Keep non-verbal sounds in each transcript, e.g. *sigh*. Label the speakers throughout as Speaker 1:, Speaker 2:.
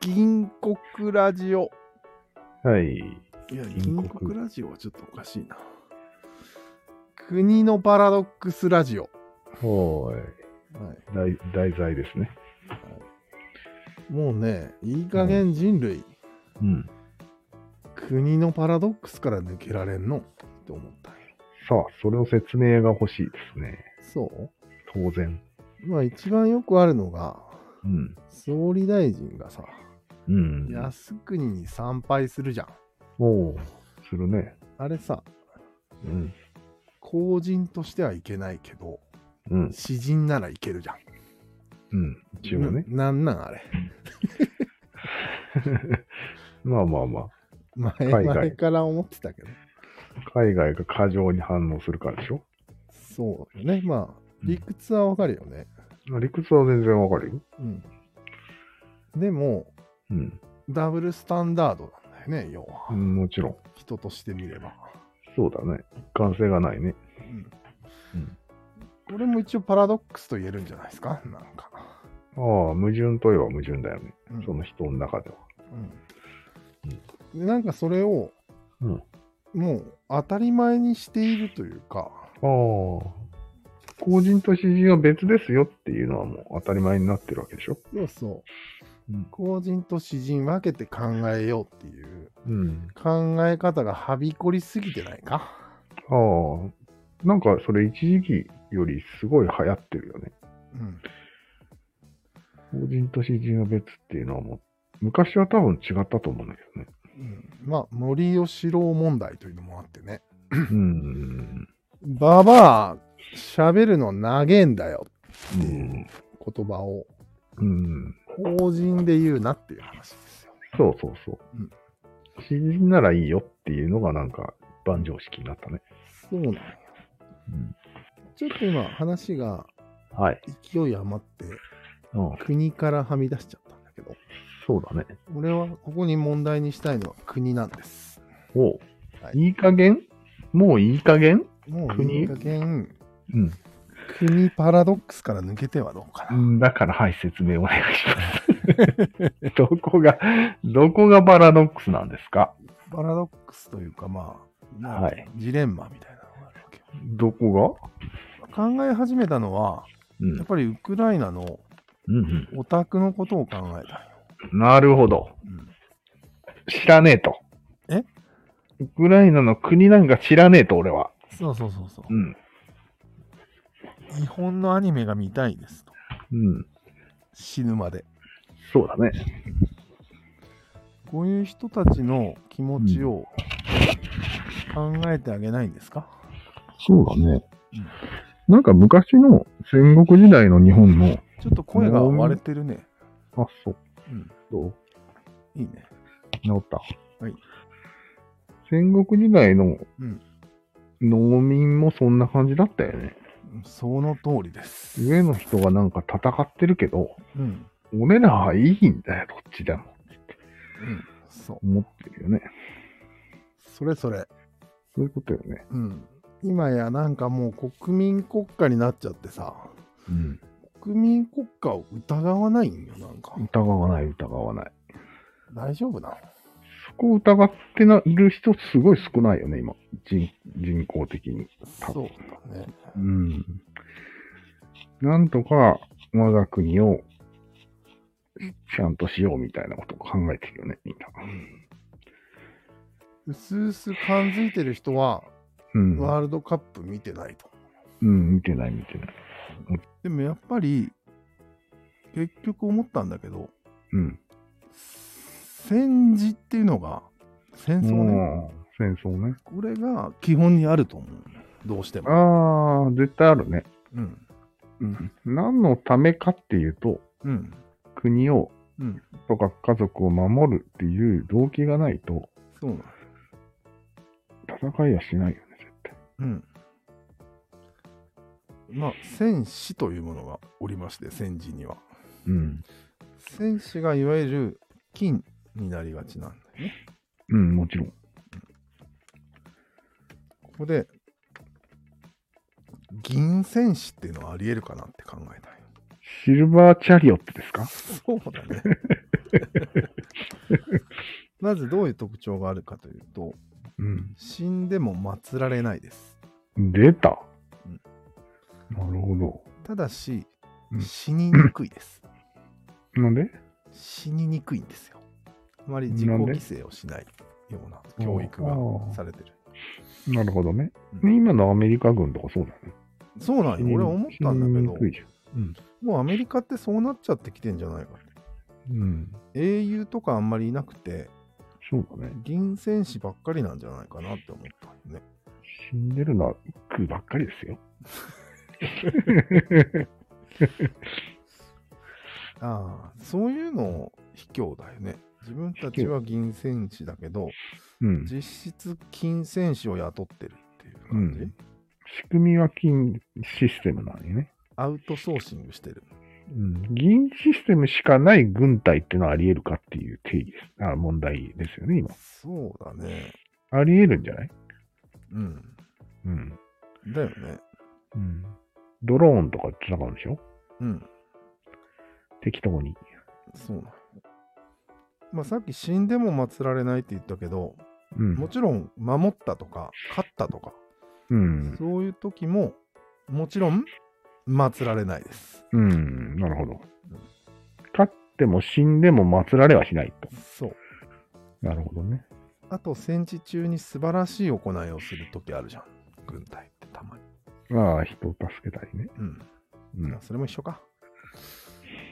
Speaker 1: 銀国ラジオ。
Speaker 2: はい。
Speaker 1: いや、
Speaker 2: 銀
Speaker 1: 銀
Speaker 2: 国
Speaker 1: 国ラジオはちょっとおかしいな。国のパラドックスラジオ。
Speaker 2: おーい。
Speaker 1: は
Speaker 2: 題題材ですね。
Speaker 1: い、もうね、いい加減人類、
Speaker 2: うん。
Speaker 1: 国のパラドックスから抜けられんのって思ったんよ
Speaker 2: さあ、それの説明が欲しいですね。
Speaker 1: そ
Speaker 2: 当然。
Speaker 1: うまあ一番よくあるのが、
Speaker 2: うん。
Speaker 1: 総理大臣がさ、
Speaker 2: うん。
Speaker 1: 靖国に参拝するじゃん。
Speaker 2: おーするね。
Speaker 1: あれさ、
Speaker 2: うん。
Speaker 1: 公人としてはいけないけど、
Speaker 2: うん。
Speaker 1: 詩人ならいけるじゃん。
Speaker 2: うん。一応ね。
Speaker 1: ななんなんあれ。
Speaker 2: まあまあまあ。
Speaker 1: 前
Speaker 2: 海外
Speaker 1: 々から思ってたけど。
Speaker 2: 海外が過剰に反応するからでしょ。
Speaker 1: そうよね。まあ、理屈はわかるよね。
Speaker 2: まあ理屈は全然わかるよ。
Speaker 1: うん。でも、
Speaker 2: うん。
Speaker 1: ダブルスタンダードなんだよね、要は。
Speaker 2: うんもちろん。
Speaker 1: 人としてみれば。
Speaker 2: そうだね。一貫性がないね。
Speaker 1: うん。
Speaker 2: うん
Speaker 1: これも一応パラドックスと言えるんじゃないですかなんか。
Speaker 2: ああ、矛盾といえば矛盾だよね。
Speaker 1: うん
Speaker 2: その人の中では。
Speaker 1: うん、でなんかそれを、
Speaker 2: うん
Speaker 1: もう当たり前にしているというか、
Speaker 2: ああ。公人と詩人は別ですよっていうのはもう当たり前になってるわけでしょ。
Speaker 1: そうそう
Speaker 2: うん。
Speaker 1: 公人と詩人分けて考えようっていう
Speaker 2: うん。
Speaker 1: 考え方がはびこりすぎてないか
Speaker 2: ああ。なんかそれ一時期よりすごい流行ってるよね。
Speaker 1: うん。
Speaker 2: 公人と詩人は別っていうのはもう、昔は多分違ったと思うんだけどね。
Speaker 1: うん、まあ、森喜朗問題というのもあってね。
Speaker 2: うん。
Speaker 1: ババア、喋るの長えんだよ。
Speaker 2: うん。
Speaker 1: 言葉を。
Speaker 2: うん。
Speaker 1: 法人で言うなっていう話ですよ。
Speaker 2: そうそうそう
Speaker 1: うん。
Speaker 2: 詩人ならいいよっていうのがなんか一般常識になったね。
Speaker 1: そうなんよ。ちょっと今、話が
Speaker 2: はい。
Speaker 1: 勢い余って、
Speaker 2: うん。
Speaker 1: 国からはみ出しちゃったんだけど、
Speaker 2: そうだね。
Speaker 1: 俺はここに問題にしたいのは国なんです。
Speaker 2: おう
Speaker 1: はい
Speaker 2: いい加減もういい加減
Speaker 1: もう
Speaker 2: 国
Speaker 1: いい加減、
Speaker 2: うん。
Speaker 1: 国パラドックスから抜けてはどうか
Speaker 2: う
Speaker 1: な。
Speaker 2: んだから、はい、説明お願いします。 *laughs* どこが、どこがパラドックスなんですか
Speaker 1: パラドックスというか、まあ、なんか
Speaker 2: はい
Speaker 1: ジレンマみたいなのがあるわけよ。
Speaker 2: どこが
Speaker 1: 考え始めたのは、
Speaker 2: うん
Speaker 1: やっ。ぱりウクライナの
Speaker 2: うん
Speaker 1: オタクのことを考えたんよ。
Speaker 2: うん、なるほど。知らねえと。
Speaker 1: え
Speaker 2: ウクライナの国なんか知らねえと、俺は。
Speaker 1: そうそうそうそう
Speaker 2: う。ん。
Speaker 1: 日本のアニメが見たいですと。
Speaker 2: うん。
Speaker 1: 死ぬまで。
Speaker 2: そうだね。
Speaker 1: こういう人たちの気持ちを考えてあげないんですか、
Speaker 2: そうだね。なんか昔の戦国時代の日本の、
Speaker 1: ちょっと声が割れてるね。
Speaker 2: あ、そう。
Speaker 1: うん、
Speaker 2: どう
Speaker 1: いいね。
Speaker 2: 治った。
Speaker 1: はい。
Speaker 2: 戦国時代の
Speaker 1: うん
Speaker 2: 農民もそんな感じだったよね。
Speaker 1: その通りです。
Speaker 2: 上の人がなんか戦ってるけど、
Speaker 1: うん。うん。
Speaker 2: 俺らはいいんだよ、どっちでも。
Speaker 1: そう。
Speaker 2: 思ってるよね。
Speaker 1: それそれ。
Speaker 2: そういうことよね。
Speaker 1: うん。今やなんかもう国民国家になっちゃってさ、
Speaker 2: うん。
Speaker 1: 国民国家を疑わないんよ、なんか。
Speaker 2: 疑わない、疑わない。
Speaker 1: 大丈夫なの
Speaker 2: そこを疑ってなる人すごい少ないよね、今。人人口的に。
Speaker 1: そうだね。
Speaker 2: うん。なんとか我が国をちゃんとしようみたいなことを考えてるよね、みんな。
Speaker 1: うすうす感づいてる人は、
Speaker 2: うん。
Speaker 1: ワールドカップ見てないと。
Speaker 2: うん、見てない、見てない。
Speaker 1: でもやっぱり、結局思ったんだけど、
Speaker 2: うん。
Speaker 1: 戦時っていうのが、戦争ね、
Speaker 2: うん。戦争ね。
Speaker 1: これが基本にあると思う。どうしても。
Speaker 2: ああ、絶対あるね。
Speaker 1: うん。
Speaker 2: うん何のためかっていうと、
Speaker 1: うん。
Speaker 2: 国を
Speaker 1: うん。
Speaker 2: とか家族を守るっていう動機がないと、
Speaker 1: そうなの。
Speaker 2: 戦いはしないよね、絶対。
Speaker 1: うん。まあ、戦士というものがおりまして、戦時には。
Speaker 2: うん。
Speaker 1: 戦士がいわゆる金になりがちなんだよね。
Speaker 2: うん、もちろん。
Speaker 1: ここで、銀戦士っていうのはありえるかなって考えたい。
Speaker 2: シルバーチャリオットですか
Speaker 1: そうだね。 *laughs* なぜどういう特徴があるかというと、
Speaker 2: うん。
Speaker 1: 死んでも祀られないです。
Speaker 2: 出た
Speaker 1: うん。
Speaker 2: なるほど。
Speaker 1: ただし
Speaker 2: う、ん
Speaker 1: 死ににくいです。
Speaker 2: なんで
Speaker 1: 死ににくいんですよ。あまり自己
Speaker 2: なん
Speaker 1: 犠
Speaker 2: で
Speaker 1: 牲をしないような教育がされてる。
Speaker 2: なるほどね。
Speaker 1: うん
Speaker 2: 今のアメリカ軍とかそうだね。
Speaker 1: そうなんよ。俺は思ったんだけ
Speaker 2: 死ににくい
Speaker 1: ど、
Speaker 2: じゃん
Speaker 1: もうアメリカってそうなっちゃってきてんじゃないか。
Speaker 2: うん。
Speaker 1: 英雄とかあんまりいなくて、
Speaker 2: そうだね。
Speaker 1: 臨戦士ばっかりなんじゃないかなって思ったよね。
Speaker 2: 死んでるのは食うばっかりですよ。
Speaker 1: ああ、そういうの卑怯だよね。自分たちは銀戦士だけど、
Speaker 2: うん。
Speaker 1: 実質金戦士を雇ってるっていう感じ、
Speaker 2: うん仕組みは金システムなのにね。
Speaker 1: アウトソーシングしてる。
Speaker 2: うん。銀システムしかない軍隊ってのはあり得るかっていう定義です。あ問題ですよね、今。
Speaker 1: そうだね。
Speaker 2: あり得るんじゃない
Speaker 1: うん。
Speaker 2: うん。
Speaker 1: だよね。
Speaker 2: うん。ドローンとか使うんでしょ
Speaker 1: うん。
Speaker 2: 適当に。
Speaker 1: そうなのまあさっき死んでも祀られないって言ったけど、
Speaker 2: うん。
Speaker 1: もちろん守ったとか、勝ったとか、
Speaker 2: うん。
Speaker 1: そういう時も、もちろん祀られないです。
Speaker 2: うん。なるほど。勝っても死んでも祀られはしないと。
Speaker 1: そう。
Speaker 2: なるほどね。
Speaker 1: あと戦時中に素晴らしい行いをする時あるじゃん。軍隊ってたまに。
Speaker 2: まあ、人を助けたりね。
Speaker 1: うん。
Speaker 2: う
Speaker 1: ま
Speaker 2: ん
Speaker 1: あ。それも一緒か。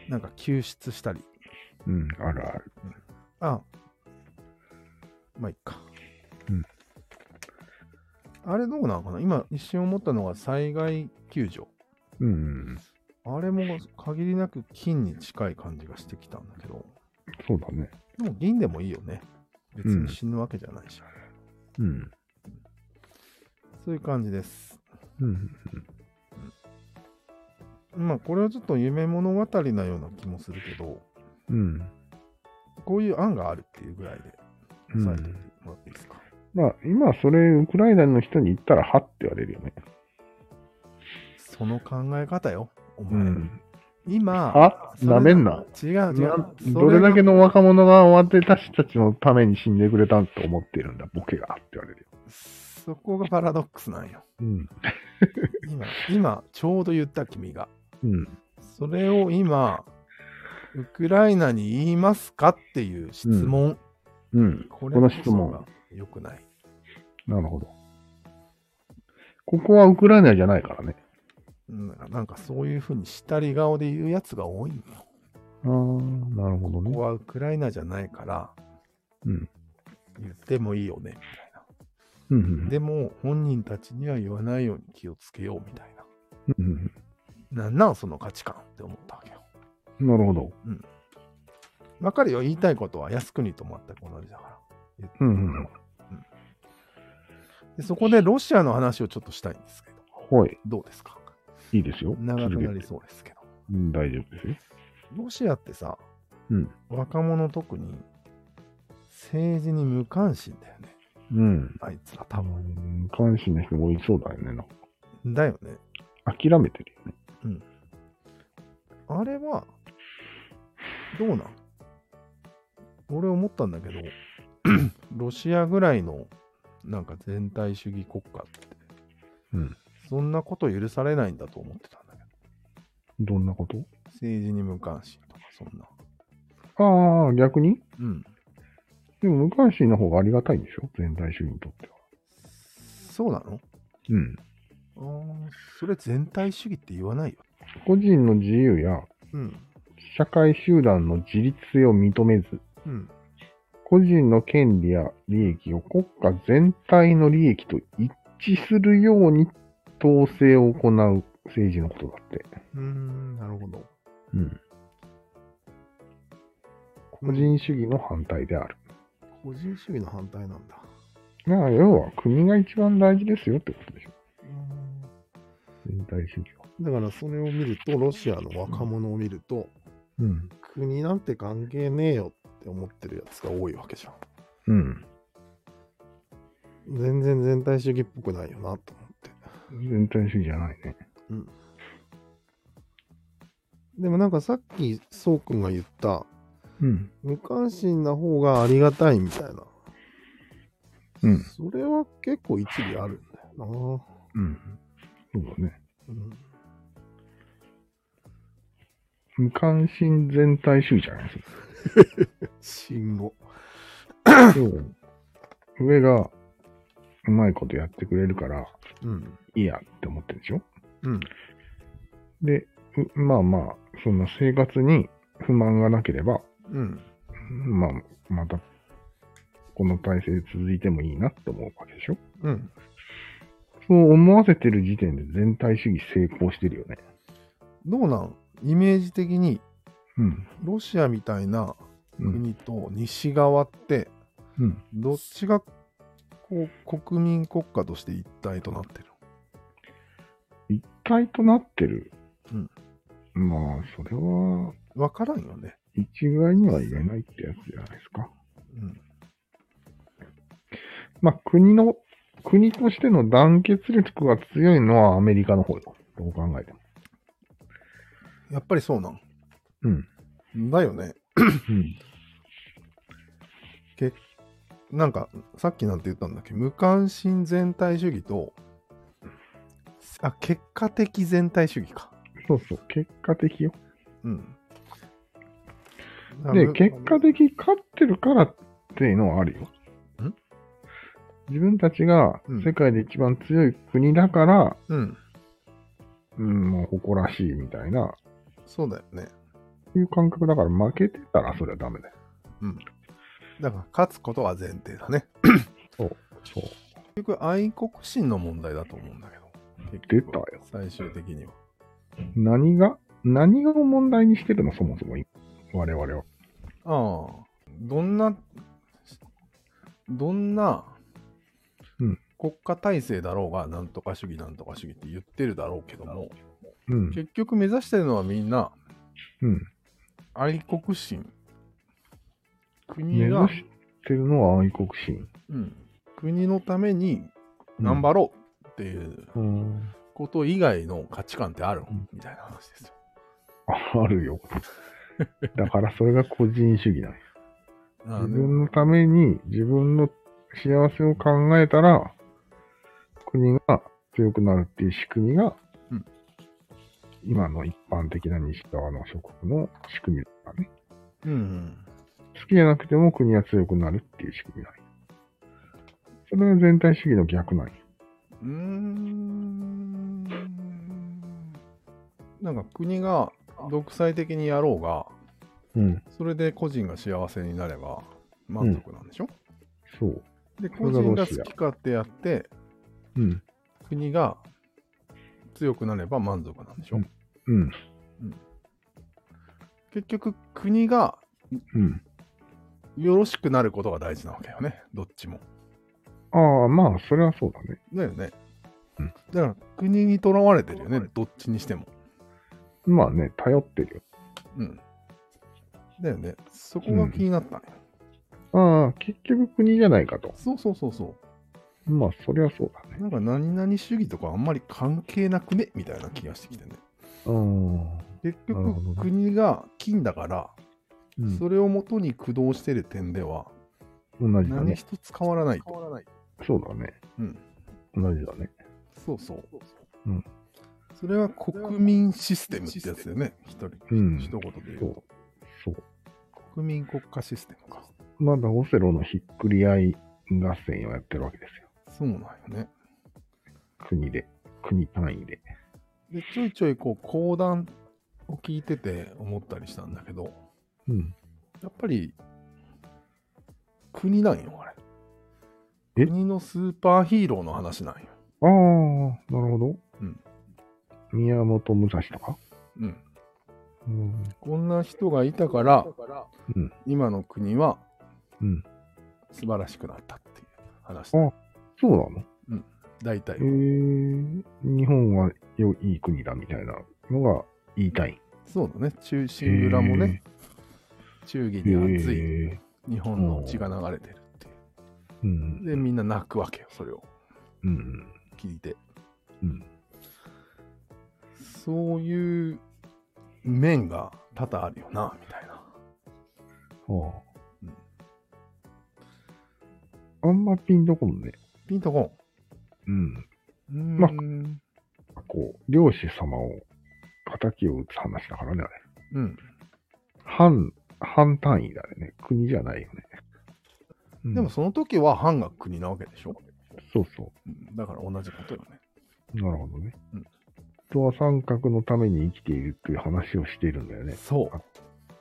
Speaker 1: なんか救出したり。
Speaker 2: うん。あるある。
Speaker 1: あまあいっか。
Speaker 2: うん。
Speaker 1: あれどうなのかな今一瞬思ったのが災害救助。
Speaker 2: うん。
Speaker 1: あれも限りなく金に近い感じがしてきたんだけど。
Speaker 2: そうだね。
Speaker 1: でも銀でもいいよね。別に死ぬわけじゃないし。
Speaker 2: うん。
Speaker 1: そういう感じです。
Speaker 2: うん。
Speaker 1: まあこれはちょっと夢物語なような気もするけど、
Speaker 2: うん。
Speaker 1: こういう案があるっていうぐらいで
Speaker 2: う
Speaker 1: 押さえておい
Speaker 2: ん
Speaker 1: てもらっていいですか。
Speaker 2: まあ、今それ、ウクライナの人に言ったら、はって言われるよね。
Speaker 1: その考え方よ、お前。
Speaker 2: うん。
Speaker 1: 今、
Speaker 2: はなめんな。
Speaker 1: 違う違
Speaker 2: な
Speaker 1: う。
Speaker 2: どれだけ
Speaker 1: の
Speaker 2: の若者が私たちのために死んでくれたと思ってるんだ、ボケがって言われるよ。
Speaker 1: そこがパラドックスなんよ。
Speaker 2: うん。
Speaker 1: 今、今、ちょうど言った君が。
Speaker 2: うん。
Speaker 1: それを今、ウクライナに言いますかっていう質問。
Speaker 2: うん。
Speaker 1: こ
Speaker 2: この質問
Speaker 1: よくない。
Speaker 2: なるほど。ここはウクライナじゃないからね。
Speaker 1: うんなんかそういうふうにしたり顔で言うやつが多いんよ。
Speaker 2: ああ、なるほど
Speaker 1: ここ
Speaker 2: ね。
Speaker 1: はウクライナじゃないから、
Speaker 2: うん。
Speaker 1: 言ってもいいよねみたい
Speaker 2: うん
Speaker 1: な。でも本人たちには言わないように気をつけようみたい
Speaker 2: うん。うん
Speaker 1: な。なんなんその価値観って思ったわけよ。
Speaker 2: なるほど。
Speaker 1: わかるよ。言いたいことは靖国と全く同じだから。言って
Speaker 2: う
Speaker 1: る
Speaker 2: ん
Speaker 1: こ
Speaker 2: う
Speaker 1: と
Speaker 2: ん
Speaker 1: はでそこでロシアの話をちょっとしたいんですけど、
Speaker 2: うん。はい。
Speaker 1: どうですか
Speaker 2: いいですよ。
Speaker 1: 長くな
Speaker 2: 続け
Speaker 1: り
Speaker 2: て
Speaker 1: そうですけど。
Speaker 2: うん、大丈夫ですよ。
Speaker 1: ロシアってさ、
Speaker 2: うん
Speaker 1: 若者特に政治に無関心だよね。
Speaker 2: うん。
Speaker 1: あいつら多
Speaker 2: 多
Speaker 1: 分。
Speaker 2: 分、関心の人多いそうだよね。なんか
Speaker 1: だよね。
Speaker 2: 諦めてるよね。
Speaker 1: あれは、どうなん俺思ったんだけ *clears throat* ど、ロシアぐらいのなんか全体主義国家って、
Speaker 2: うん
Speaker 1: そんなこと許されないんだと思ってたんだけど、
Speaker 2: どんなこと
Speaker 1: 政治に無関心とかそんな。
Speaker 2: ああ、逆に
Speaker 1: うん。
Speaker 2: でも無関心の方がありがたいんでしょ全体主義にとっては。
Speaker 1: そうなの
Speaker 2: うん。
Speaker 1: あーそれ全体主義って言わないよ。
Speaker 2: 個人の自由や
Speaker 1: うん。
Speaker 2: 社会集団の自立性を認めず、
Speaker 1: うん。
Speaker 2: 個人の権利や利益を国家全体の利益と一致するように統制を行う政治のことだって。
Speaker 1: うーん、なるほど。
Speaker 2: うん。個人主義の反対である。
Speaker 1: 個人主義の反対なんだ。
Speaker 2: まあ、要は国が一番大事ですよってことでしょ。
Speaker 1: うーん
Speaker 2: 全体主義は。
Speaker 1: だからそれを見ると、ロシアの若者を見ると、
Speaker 2: うん。
Speaker 1: 国なんて関係ねえよって思ってるやつが多いわけじゃん。
Speaker 2: うん。
Speaker 1: 全然全体主義っぽくないよなと思って。
Speaker 2: 全体主義じゃないね。
Speaker 1: でもなんかさっきそうくんが言ったうん。
Speaker 3: 無関心な方がありがたいみたいな。
Speaker 1: うん。
Speaker 3: それは結構一理あるんだよ
Speaker 2: うん。そうだね。
Speaker 3: な。うん
Speaker 2: 無関心全体主義じゃないですか。
Speaker 3: 信号。
Speaker 2: そう上が、うまいことやってくれるから、
Speaker 3: うん。
Speaker 2: いいやって思ってるでしょ
Speaker 3: うん。
Speaker 2: で、うまあまあ、その生活に不満がなければ、
Speaker 3: うん。
Speaker 2: まあ、また、この体制続いてもいいなって思うわけでしょ
Speaker 3: うん。
Speaker 2: そう思わせてる時点で全体主義成功してるよね。
Speaker 1: どうなんイメージ的に
Speaker 2: うん。
Speaker 1: ロシアみたいな
Speaker 2: うん。
Speaker 1: 国と西側って
Speaker 2: うん。
Speaker 1: どっちがこう国民国家として一体となってる
Speaker 2: 一体となってる。
Speaker 1: うん。
Speaker 2: まあ、それは、
Speaker 1: わからんよね。
Speaker 2: 一概には言えないってやつじゃないですか。
Speaker 1: うん。
Speaker 2: まあ、国の、国としての団結力が強いのはアメリカの方よ。どう考えても。
Speaker 1: やっぱりそうなん。
Speaker 2: うん。
Speaker 1: だよね。
Speaker 2: うん。
Speaker 1: なんかさっきなんて言ったんだっけ無関心全体主義とあ結果的全体主義か。
Speaker 2: そうそう。結果的よ。
Speaker 1: うん。
Speaker 2: で、結果的に勝ってるからっていうのはあるよ
Speaker 1: ん。
Speaker 2: 自分たちが
Speaker 1: うん
Speaker 2: 世界で一番強い国だから、
Speaker 1: うん。
Speaker 2: うん、もう誇らしいみたいな、
Speaker 1: そうだよね。
Speaker 2: いう感覚だから負けてたらそれはダメだよ。
Speaker 1: だから勝つことは前提だね。
Speaker 2: そう。
Speaker 1: 結局愛国心の問題だと思うんだけど。
Speaker 2: 出たよ。
Speaker 1: 最終的には。
Speaker 2: 何が、何が問題にしてるのそもそも今我々は。
Speaker 1: ああ。どんな、どんな
Speaker 2: うん
Speaker 1: 国家体制だろうが、なんとか主義なんとか主義って言ってるだろうけども、
Speaker 2: うん。
Speaker 1: 結局目指してるのはみんな
Speaker 2: うん。
Speaker 1: 愛国心。国
Speaker 2: 目指
Speaker 1: が、
Speaker 2: してるのは愛国心。
Speaker 1: うん、国のために
Speaker 2: うん
Speaker 1: 頑張ろうっていう
Speaker 2: うん。
Speaker 1: こと以外の価値観ってあるの
Speaker 2: うん
Speaker 1: みたいな話ですよ。
Speaker 2: ああるよ。だからそれが個人主義なんよ
Speaker 1: な
Speaker 2: 自
Speaker 1: んで
Speaker 2: 分のために自分の幸せを考えたら国が強くなるっていう仕組みが、
Speaker 1: うん
Speaker 2: 今の一般的な西側の諸国の仕組みだからね。
Speaker 1: うんうん、
Speaker 2: 好きじゃなくても国は強くなるっていう仕組みなんよそれが全体主義の逆なんよ
Speaker 1: うーんなんか国が独裁的にやろうが、
Speaker 2: うん。
Speaker 1: それで個人が幸せになれば満足なんでしょ、
Speaker 2: そう。
Speaker 1: で、個人が
Speaker 2: それがロシ
Speaker 1: 好
Speaker 2: ア
Speaker 1: き勝手やって、
Speaker 2: うん。
Speaker 1: 国が強くなれば満足なんでしょ、
Speaker 2: うんうん。
Speaker 1: 結局、国が
Speaker 2: うん。
Speaker 1: よろしくなることが大事なわけよね、どっちも。
Speaker 2: ああ、まあ、それはそうだね。
Speaker 1: だよね。
Speaker 2: うん
Speaker 1: だから、国にとらわれてるよね、どっちにしても。
Speaker 2: まあね、頼ってるよ。
Speaker 1: うん。だよね。そこが気になったね。
Speaker 2: ああ、結局国じゃないかと。
Speaker 1: そうそうそうそ
Speaker 2: まあ、それはそうだね
Speaker 1: う。。なんか何々主義とかあんまり関係なくねみたいな気がしてきてね。
Speaker 2: うん。
Speaker 1: 結
Speaker 2: なるほど
Speaker 1: 局
Speaker 2: ね
Speaker 1: 国が金だから、
Speaker 2: うん
Speaker 1: それをもとに駆動してる点では
Speaker 2: 同じだ
Speaker 1: 何
Speaker 2: ね。
Speaker 1: 一つ変わらないと。
Speaker 2: そうだね。
Speaker 1: うん。
Speaker 2: 同じだね。
Speaker 1: そうそう。
Speaker 2: うん
Speaker 1: それは国民システムってやつだよね。一人、
Speaker 2: うん
Speaker 1: 一言で言うと。
Speaker 2: そう。そう。
Speaker 1: 国民国家システムか。
Speaker 2: まだオセロのひっくり合い合戦をやってるわけですよ。
Speaker 1: そうなんよね。
Speaker 2: 国で。国単位で。
Speaker 1: で、ちょいちょいこう、講談を聞いてて思ったりしたんだけど、
Speaker 2: うん。
Speaker 1: やっぱり国なんよ、あ
Speaker 2: え
Speaker 1: れ。国のスーパーヒーローの話なんよ。
Speaker 2: ああ、なるほど。
Speaker 1: うん。
Speaker 2: 宮本武蔵とか
Speaker 1: うん。
Speaker 2: うん。
Speaker 1: こんな人がいたから、
Speaker 2: うん
Speaker 1: 今の国は
Speaker 2: うん。
Speaker 1: 素晴らしくなったっていう話。
Speaker 2: あそうなの
Speaker 1: 大体
Speaker 2: え。ー、日本はよいい国だみたいなのが言いたい。
Speaker 1: そうだね。中心蔵もね、忠義に熱い
Speaker 2: え
Speaker 1: 日本の血が流れてるってい
Speaker 2: ー
Speaker 1: う。
Speaker 2: うん。
Speaker 1: で、みんな泣くわけよ、それを
Speaker 2: うん。
Speaker 1: 聞いて。
Speaker 2: うん。
Speaker 1: そういう面が多々あるよな、みたいな。
Speaker 2: はあ。あんまピンとこんね。
Speaker 1: ピンとこ
Speaker 2: うん。
Speaker 1: ん。うーん。
Speaker 2: まこう、漁師様を、仇を討つ話だからね、あれ。
Speaker 1: うん。
Speaker 2: 半、半単位だよね。国じゃないよね。うん
Speaker 1: でも、その時は藩が国なわけでしょ。
Speaker 2: そうそ
Speaker 1: うんだから同じことよね。
Speaker 2: う。なるほどね
Speaker 1: うん。
Speaker 2: 人は三角のために生きているっていう話をしているんだよね。
Speaker 1: そ
Speaker 2: あ
Speaker 1: う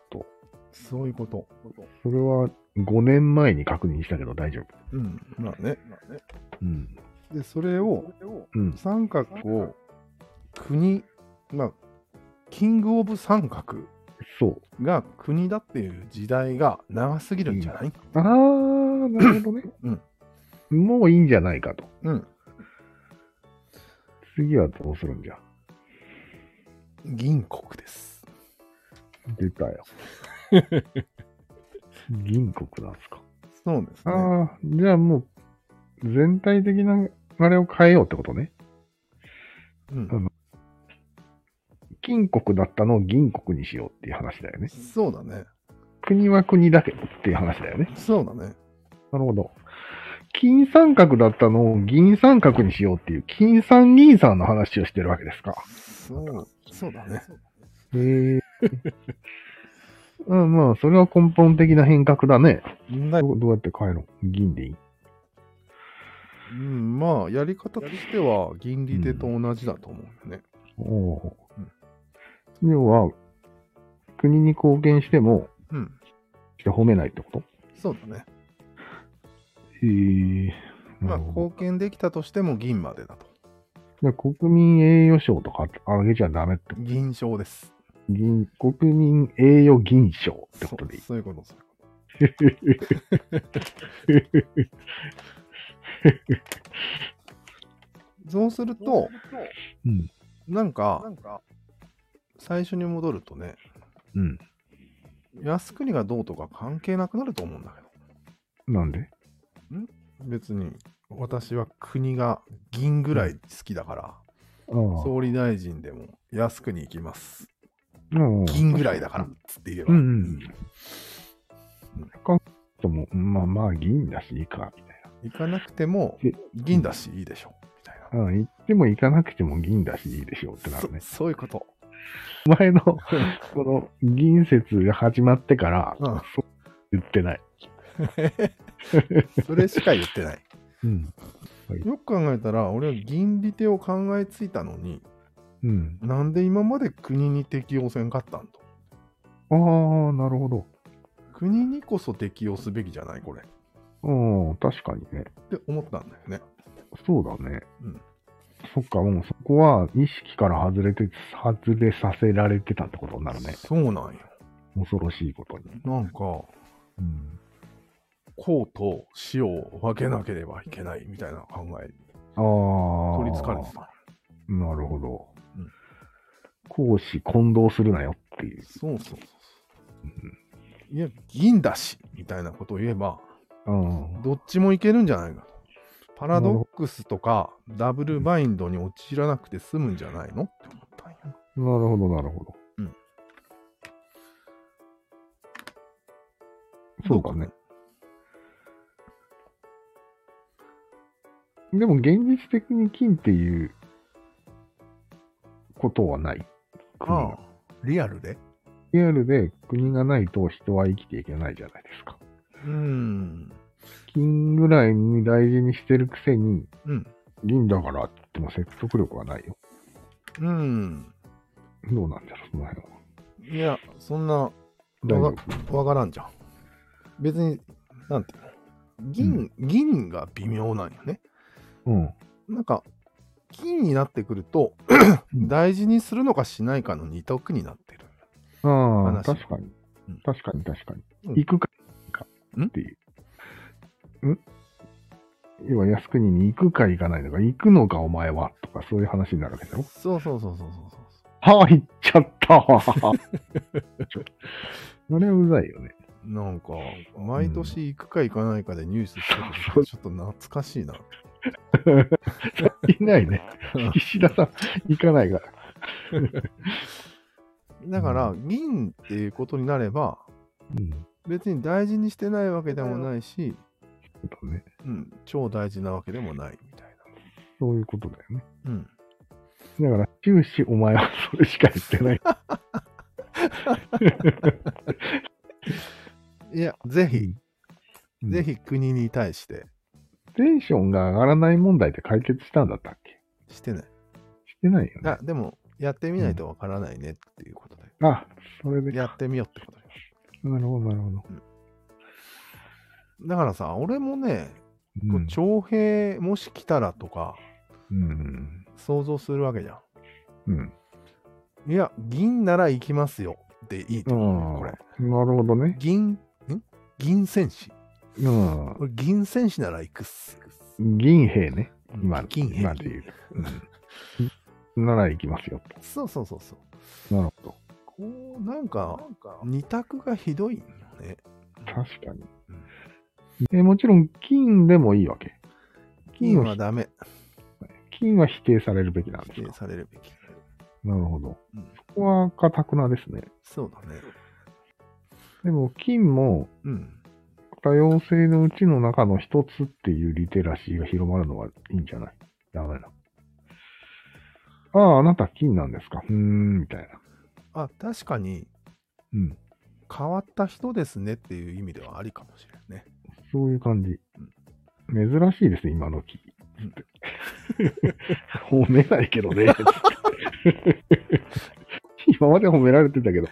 Speaker 2: と。
Speaker 1: そういうこと。
Speaker 2: それは5年前に確認したけど大丈夫。
Speaker 1: うん。まあね。
Speaker 2: うん。
Speaker 1: で、それを、
Speaker 2: うん。
Speaker 1: 三角を国、まあ、キング・オブ三角
Speaker 2: そう。
Speaker 1: が国だっていう時代が長すぎるんじゃない
Speaker 2: あー、なるほ *laughs* どね。もういいんじゃないかと。
Speaker 1: うん。
Speaker 2: 次はどうするんじゃ。
Speaker 1: 銀国です。
Speaker 2: 出た *laughs* よ。銀国なんすか。
Speaker 1: そうですね。
Speaker 2: ああ、じゃあもう、全体的なあれを変えようってことね。
Speaker 1: うん、
Speaker 2: 金国だったのを銀国にしようっていう話だよね。
Speaker 1: そうだね。
Speaker 2: 国は国だけどっていう話だよね。
Speaker 1: そうだね。
Speaker 2: なるほど。金三角だったのを銀三角にしようっていう、金三銀三の話をしてるわけですか。
Speaker 1: そう、そうだね。
Speaker 2: へえ。うん、 *laughs* まあ、それは根本的な変革だね。
Speaker 1: 問題
Speaker 2: どうどうやって変えろ銀でいい
Speaker 1: うん、まあ、やり方としては、銀利手と同じだと思うよね。
Speaker 2: おおう。要は、国に貢献しても、
Speaker 1: うん、
Speaker 2: して褒めないってこと
Speaker 1: そうだね。
Speaker 2: へえ。
Speaker 1: まあ、
Speaker 2: なるほ
Speaker 1: 貢献できたとしても銀までだと。
Speaker 2: ど国民栄誉賞とかあげちゃダメってこと
Speaker 1: 銀賞です。
Speaker 2: 銀、国民栄誉銀賞ってことでいい。
Speaker 1: そうそういうこと、そういうこと。そうすると、
Speaker 2: うん。
Speaker 1: なんか、最初に戻るとね、
Speaker 2: うん。
Speaker 1: 靖国がどうとか関係なくなると思うんだけど、
Speaker 2: なんで
Speaker 1: 別に私は国が銀ぐらい好きだから、
Speaker 2: ああ。
Speaker 1: 総理大臣でも靖国行きます。
Speaker 2: うん。
Speaker 1: 銀ぐらいだからっつって言えば。
Speaker 2: うんうん。とも、まあまあ銀だしいいか、みたい
Speaker 1: 行かなくても
Speaker 2: え
Speaker 1: 銀だしいいでしょ。みたいな。
Speaker 2: な。うん、行っても行かなくても銀だしいいでしょうってなるね。
Speaker 1: そそういうこと。
Speaker 2: 前の、 *laughs* この銀説が始まってから、
Speaker 1: うん
Speaker 2: そう言ってない。
Speaker 1: それしか言って
Speaker 2: *laughs*
Speaker 1: ない。
Speaker 2: うん。
Speaker 1: よく考えたら、俺は銀利手を考えついたのに、
Speaker 2: うん。
Speaker 1: なんで今まで国に適用せんかったんと。
Speaker 2: ああ、なるほど。
Speaker 1: 国にこそ適用すべきじゃない、これ。っ
Speaker 2: うん、確かにね。
Speaker 1: て思ったんだよね。
Speaker 2: そうだね。
Speaker 1: うん
Speaker 2: そっか、もうそこは意識から外れて、外れさせられてたってことになるね。
Speaker 1: そうなんよ。
Speaker 2: 恐ろしいことに。
Speaker 1: なんか、
Speaker 2: うん、
Speaker 1: 公と死を分けなければいけないみたいな考えに
Speaker 2: ああ。
Speaker 1: 取りつかれてた。
Speaker 2: なるほど
Speaker 1: うん。
Speaker 2: 講師混同するなよっていう。
Speaker 1: そうそうそうそう。いや、銀だしみたいなことを言えば、
Speaker 2: うん。
Speaker 1: どっちもいけるんじゃないかと。パラドックスとかダブルバインドに陥らなくて済むんじゃないのって思ったんや。
Speaker 2: なるほど、なるほど。
Speaker 1: うん
Speaker 2: そうだね。でも現実的に金っていうことはない。国が
Speaker 1: ああ、リアルで
Speaker 2: リアルで国がないと人は生きていけないじゃないですか。
Speaker 1: うーん。
Speaker 2: 金ぐらいに大事にしてるくせに、
Speaker 1: うん。
Speaker 2: 銀だからって言っても説得力はないよ。
Speaker 1: うん。
Speaker 2: どうなんだろう、その辺は。
Speaker 1: いや、そんな、
Speaker 2: 大丈
Speaker 1: わがわからんじゃん。別に、なんていうの銀、銀が微妙なんよね。
Speaker 2: 夫。うん。
Speaker 1: なんか、金になってくると、大事にするのかしないかの二択になってる。
Speaker 2: ああ、
Speaker 1: 話
Speaker 2: 確かに
Speaker 1: うん。
Speaker 2: 確かに、確かに。
Speaker 1: うん
Speaker 2: 行くか、行かっていう。ん要は靖国に行くか行かないのか、行くのかお前はとかそういう話になるわけだろ。
Speaker 1: そうそうそうそうそうそう。
Speaker 2: はあ、行っちゃった
Speaker 1: *laughs*
Speaker 2: わちょそれはうざいよね。
Speaker 1: なんか、毎年行くか行かないかでニュースしてる
Speaker 2: そう
Speaker 1: ちょっと懐かしいな。
Speaker 2: いな
Speaker 1: *laughs*
Speaker 2: いね。岸田さん、行かないから。
Speaker 1: だから、銀っていうことになれば、
Speaker 2: うん。
Speaker 1: 別に大事にしてないわけでもないし、
Speaker 2: そうだね。
Speaker 1: うん、超大事なわけでもないみたい
Speaker 2: そういうことだよね。
Speaker 1: な。うん。
Speaker 2: だから、終始お前はそれしか言ってない。
Speaker 1: いや、ぜひ、
Speaker 2: うん
Speaker 1: ぜひ国に対して
Speaker 2: テンションが上がらない問題って解決したんだったっけ
Speaker 1: してない。
Speaker 2: してないよね。
Speaker 1: あ、でも、やってみないとわからないねっていうことで。
Speaker 2: あ、それで。
Speaker 1: やってみようってことで。
Speaker 2: なるほど、なるほど。
Speaker 1: だからさ、俺もね、
Speaker 2: う
Speaker 1: こうん徴兵もし来たらとか
Speaker 2: うん。
Speaker 1: 想像するわけじゃ
Speaker 2: うん。
Speaker 1: ん。いや、銀なら行きますよでいいと思う
Speaker 2: あ
Speaker 1: よこれ。
Speaker 2: あなるほどね。
Speaker 1: 銀、ん銀戦士。
Speaker 2: うん。
Speaker 1: これ銀戦士なら行くっす。
Speaker 2: 銀兵ね。今の、
Speaker 1: 銀兵
Speaker 2: 今で言う。うん。なら行きますよ
Speaker 1: そうそうそうそう。
Speaker 2: と。なるほど。
Speaker 1: こう、なんか、二択がひどいんよね。
Speaker 2: 確かに。えもちろん、金でもいいわけ。
Speaker 1: 金はダメ。
Speaker 2: 金は否定されるべきなんで
Speaker 1: 否
Speaker 2: す
Speaker 1: 定
Speaker 2: か。
Speaker 1: されるべき。
Speaker 2: なるほど
Speaker 1: うん。
Speaker 2: そこは、かたくなですね。
Speaker 1: そうだね。
Speaker 2: でも、金も、
Speaker 1: うん。
Speaker 2: 多様性のうちの中の一つっていうリテラシーが広まるのはいいんじゃないダメだ。ああ、あなた金なんですかうーん、みたいな。
Speaker 1: あ、確かに
Speaker 2: うん。
Speaker 1: 変わった人ですねっていう意味ではありかもしれないね。
Speaker 2: そういう感じ。珍しいですね、今の木。 *laughs* 褒めないけどね。今まで褒められてたけど、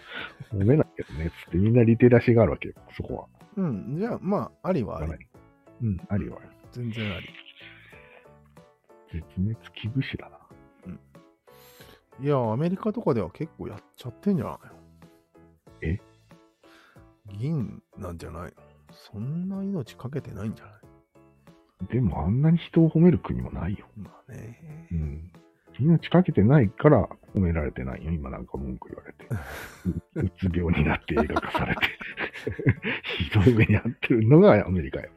Speaker 2: 褒めないけどね。つってみんなリテラシーがあるわけよ、そこは。
Speaker 1: うん。じゃあ、まあ、ありはあり。
Speaker 2: うん、ありはあり。
Speaker 1: 全然あり。
Speaker 2: 絶滅危惧種だな。
Speaker 1: いや、アメリカとかでは結構やっちゃってんじゃないの
Speaker 2: え
Speaker 1: 銀なんじゃないのそんな命かけてないんじゃない
Speaker 2: でもあんなに人を褒める国もないよ。
Speaker 1: まあね。
Speaker 2: うん。命かけてないから褒められてないよ。今なんか文句言われて。うう *laughs* つ病になって映画化されて。ひどい目に遭ってるのがアメリカよ。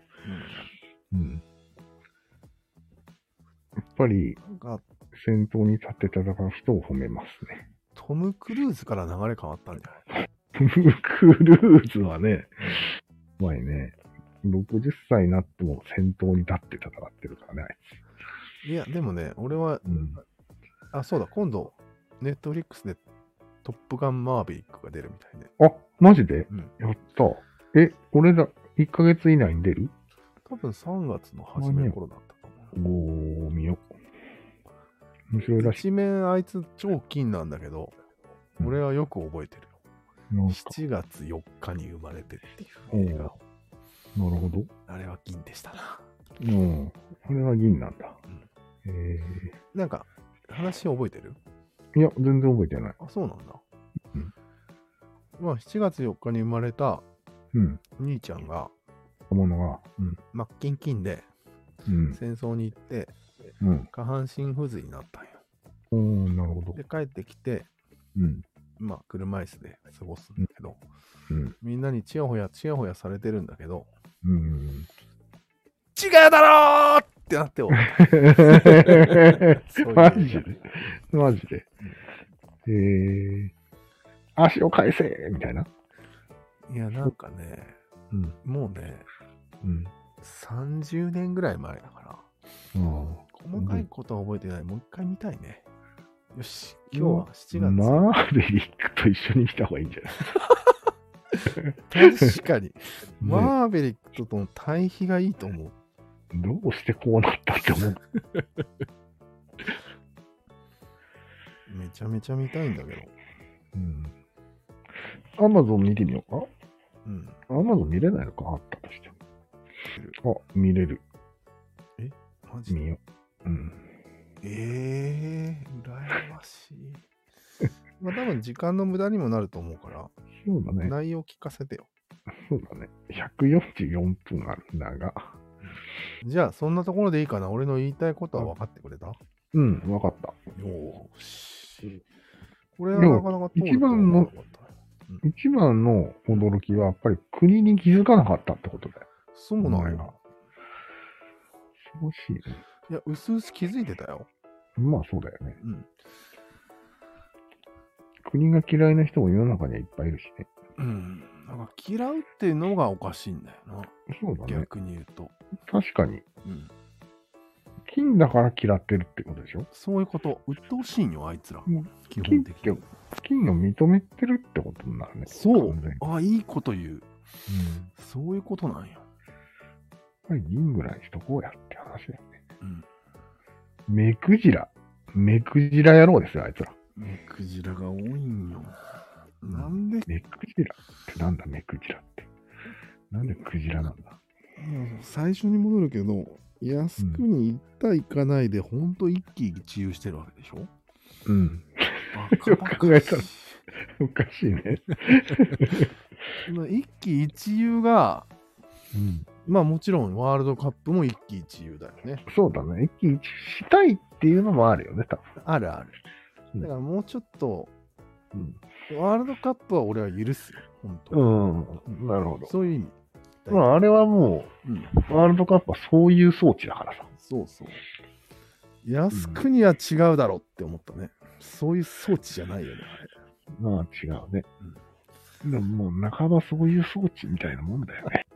Speaker 2: うん。やっぱり
Speaker 1: うんなんか、
Speaker 2: 先頭に立って戦う人を褒めますね。
Speaker 1: トム・クルーズから流れ変わったんじゃない
Speaker 2: トム・クルーズはね、うまいね。60歳になっても先頭に立って戦ってるからね、あい
Speaker 1: いや、でもね、俺は、
Speaker 2: つ。うん。
Speaker 1: あ、そうだ、今度、ネットフリックスでトップガン・マーヴェリックが出るみたいね。
Speaker 2: あ、マジで
Speaker 1: うん。
Speaker 2: やった。え、俺ら1ヶ月以内に出る
Speaker 1: 多分3月の初め頃だったか
Speaker 2: お
Speaker 1: な。
Speaker 2: ー、見よう。面白いらしい。
Speaker 1: 一面あいつ超金なんだけど、
Speaker 2: うん
Speaker 1: 俺はよく覚えてるよ。
Speaker 2: なんか
Speaker 1: 7月4日に生まれてって
Speaker 2: お
Speaker 1: いう
Speaker 2: ー
Speaker 1: 映
Speaker 2: なる
Speaker 1: 画を
Speaker 2: ほど。
Speaker 1: あれは銀でしたな。
Speaker 2: うん。これは銀なんだ。え
Speaker 1: なんか、話覚えてる
Speaker 2: ー、いや、全然覚えてない。
Speaker 1: あ、そうなんだ。
Speaker 2: うん
Speaker 1: まあ、7月4日に生まれた
Speaker 2: うん。
Speaker 1: 兄ちゃんが、
Speaker 2: 若者が。うん。
Speaker 1: 真っ金金で
Speaker 2: うん。
Speaker 1: 戦争に行って、
Speaker 2: うん。
Speaker 1: 下半身不随になったんよ。
Speaker 2: おー、なるほど。
Speaker 1: で、帰ってきて、
Speaker 2: うん。
Speaker 1: まあ、車椅子で過ごすんだけど、
Speaker 2: うん。
Speaker 1: みんなにチヤホヤ、チヤホヤされてるんだけど、
Speaker 2: うん。
Speaker 1: 違うだろーってなって、俺 *laughs* そういう
Speaker 2: マジで *laughs* マジで。えー、足を返せみたいな。
Speaker 1: いや、なんかね、
Speaker 2: うん。
Speaker 1: もうね、
Speaker 2: うん。
Speaker 1: 30年ぐらい前だから、
Speaker 2: あ
Speaker 1: 細かいことは覚えてない。もう一回見たいね。よし、今日は
Speaker 2: あ。
Speaker 1: 7月。
Speaker 2: マーベリックと一緒に見た方がいいんじゃない
Speaker 1: 確
Speaker 2: *laughs*
Speaker 1: かに。
Speaker 2: あ、
Speaker 1: マーベリックとの対比がいいと思う。
Speaker 2: どうしてこうなったって思う。
Speaker 1: めちゃめちゃ見たいんだけど。
Speaker 2: うん。アマゾン見てみようか。
Speaker 1: うん。
Speaker 2: アマゾン見れないのかあったとしても。あ、見れる。
Speaker 1: マジで。
Speaker 2: 見よう。うん。
Speaker 1: ええー、羨ましい。 *laughs* まあ多分時間の無駄にもなると思うから、
Speaker 2: そうだね。
Speaker 1: 内容聞かせてよ。
Speaker 2: そうだね。144分ある。長。
Speaker 1: じゃあ、そんなところでいいかな。俺の言いたいことは分かってくれたよ
Speaker 2: うん、わかった。
Speaker 1: ーし。これはなかなか通るとは思わなかったね
Speaker 2: 一番の驚きは、やっぱり国に気づかなかったってことだよ。
Speaker 1: そうな
Speaker 2: お前
Speaker 1: ん
Speaker 2: が
Speaker 1: だ。
Speaker 2: 恐ろしいね。
Speaker 1: いや、うすうす気づいてたよ。
Speaker 2: まあそうだよね。
Speaker 1: うん。
Speaker 2: 国が嫌いな人も世の中にはいっぱいいるしね。
Speaker 1: うん。なんか嫌うっていうのがおかしいんだよな。
Speaker 2: そうだね。
Speaker 1: 逆に言うと。
Speaker 2: 確かに。
Speaker 1: うん。
Speaker 2: 金だから嫌ってるってことでしょ
Speaker 1: そういうこと。鬱陶しいんよ、あいつら
Speaker 2: うん。
Speaker 1: 基本的
Speaker 2: 金
Speaker 1: に
Speaker 2: っ。金を認めてるってことになるね。
Speaker 1: そう
Speaker 2: 完全に。うん。やっ。
Speaker 1: あ、いいこと言う。そういうことなんよ。
Speaker 2: ぱり銀ぐらいしとこうやって話だよね。
Speaker 1: うん。
Speaker 2: 目くじら。目くじら野郎ですよ、あいつら。
Speaker 1: 目くじらが多いんよ。なんで、
Speaker 2: 目くじらってなんだ、目くじらって。なんでクジラなんだ。
Speaker 1: 最初に戻るけど、安に行った行かないで、ほんと一喜一憂してるわけでしょ
Speaker 2: うん。
Speaker 1: バ
Speaker 2: よく考え
Speaker 1: カバカ
Speaker 2: たら *laughs* おかしいね。
Speaker 1: まあ一喜一憂が、
Speaker 2: うん。
Speaker 1: まあもちろんワールドカップも一喜一憂だよね。
Speaker 2: そうだね。一喜一憂したいっていうのもあるよね、多
Speaker 1: あるある。
Speaker 2: うん
Speaker 1: だからもうちょっと、
Speaker 2: 分。
Speaker 1: ワールドカップは俺は許すよ、本当、
Speaker 2: うん。うん。なるほど。
Speaker 1: そういう意味。
Speaker 2: まあ、あれはも
Speaker 1: うん、
Speaker 2: う、ワールドカップはそういう装置だからさ。
Speaker 1: そうそう。靖国は違うだろって思ったね。そういう装置じゃないよね、あれ。
Speaker 2: まあ、違うね。でももう、半ばそういう装置みたいなもんだよね。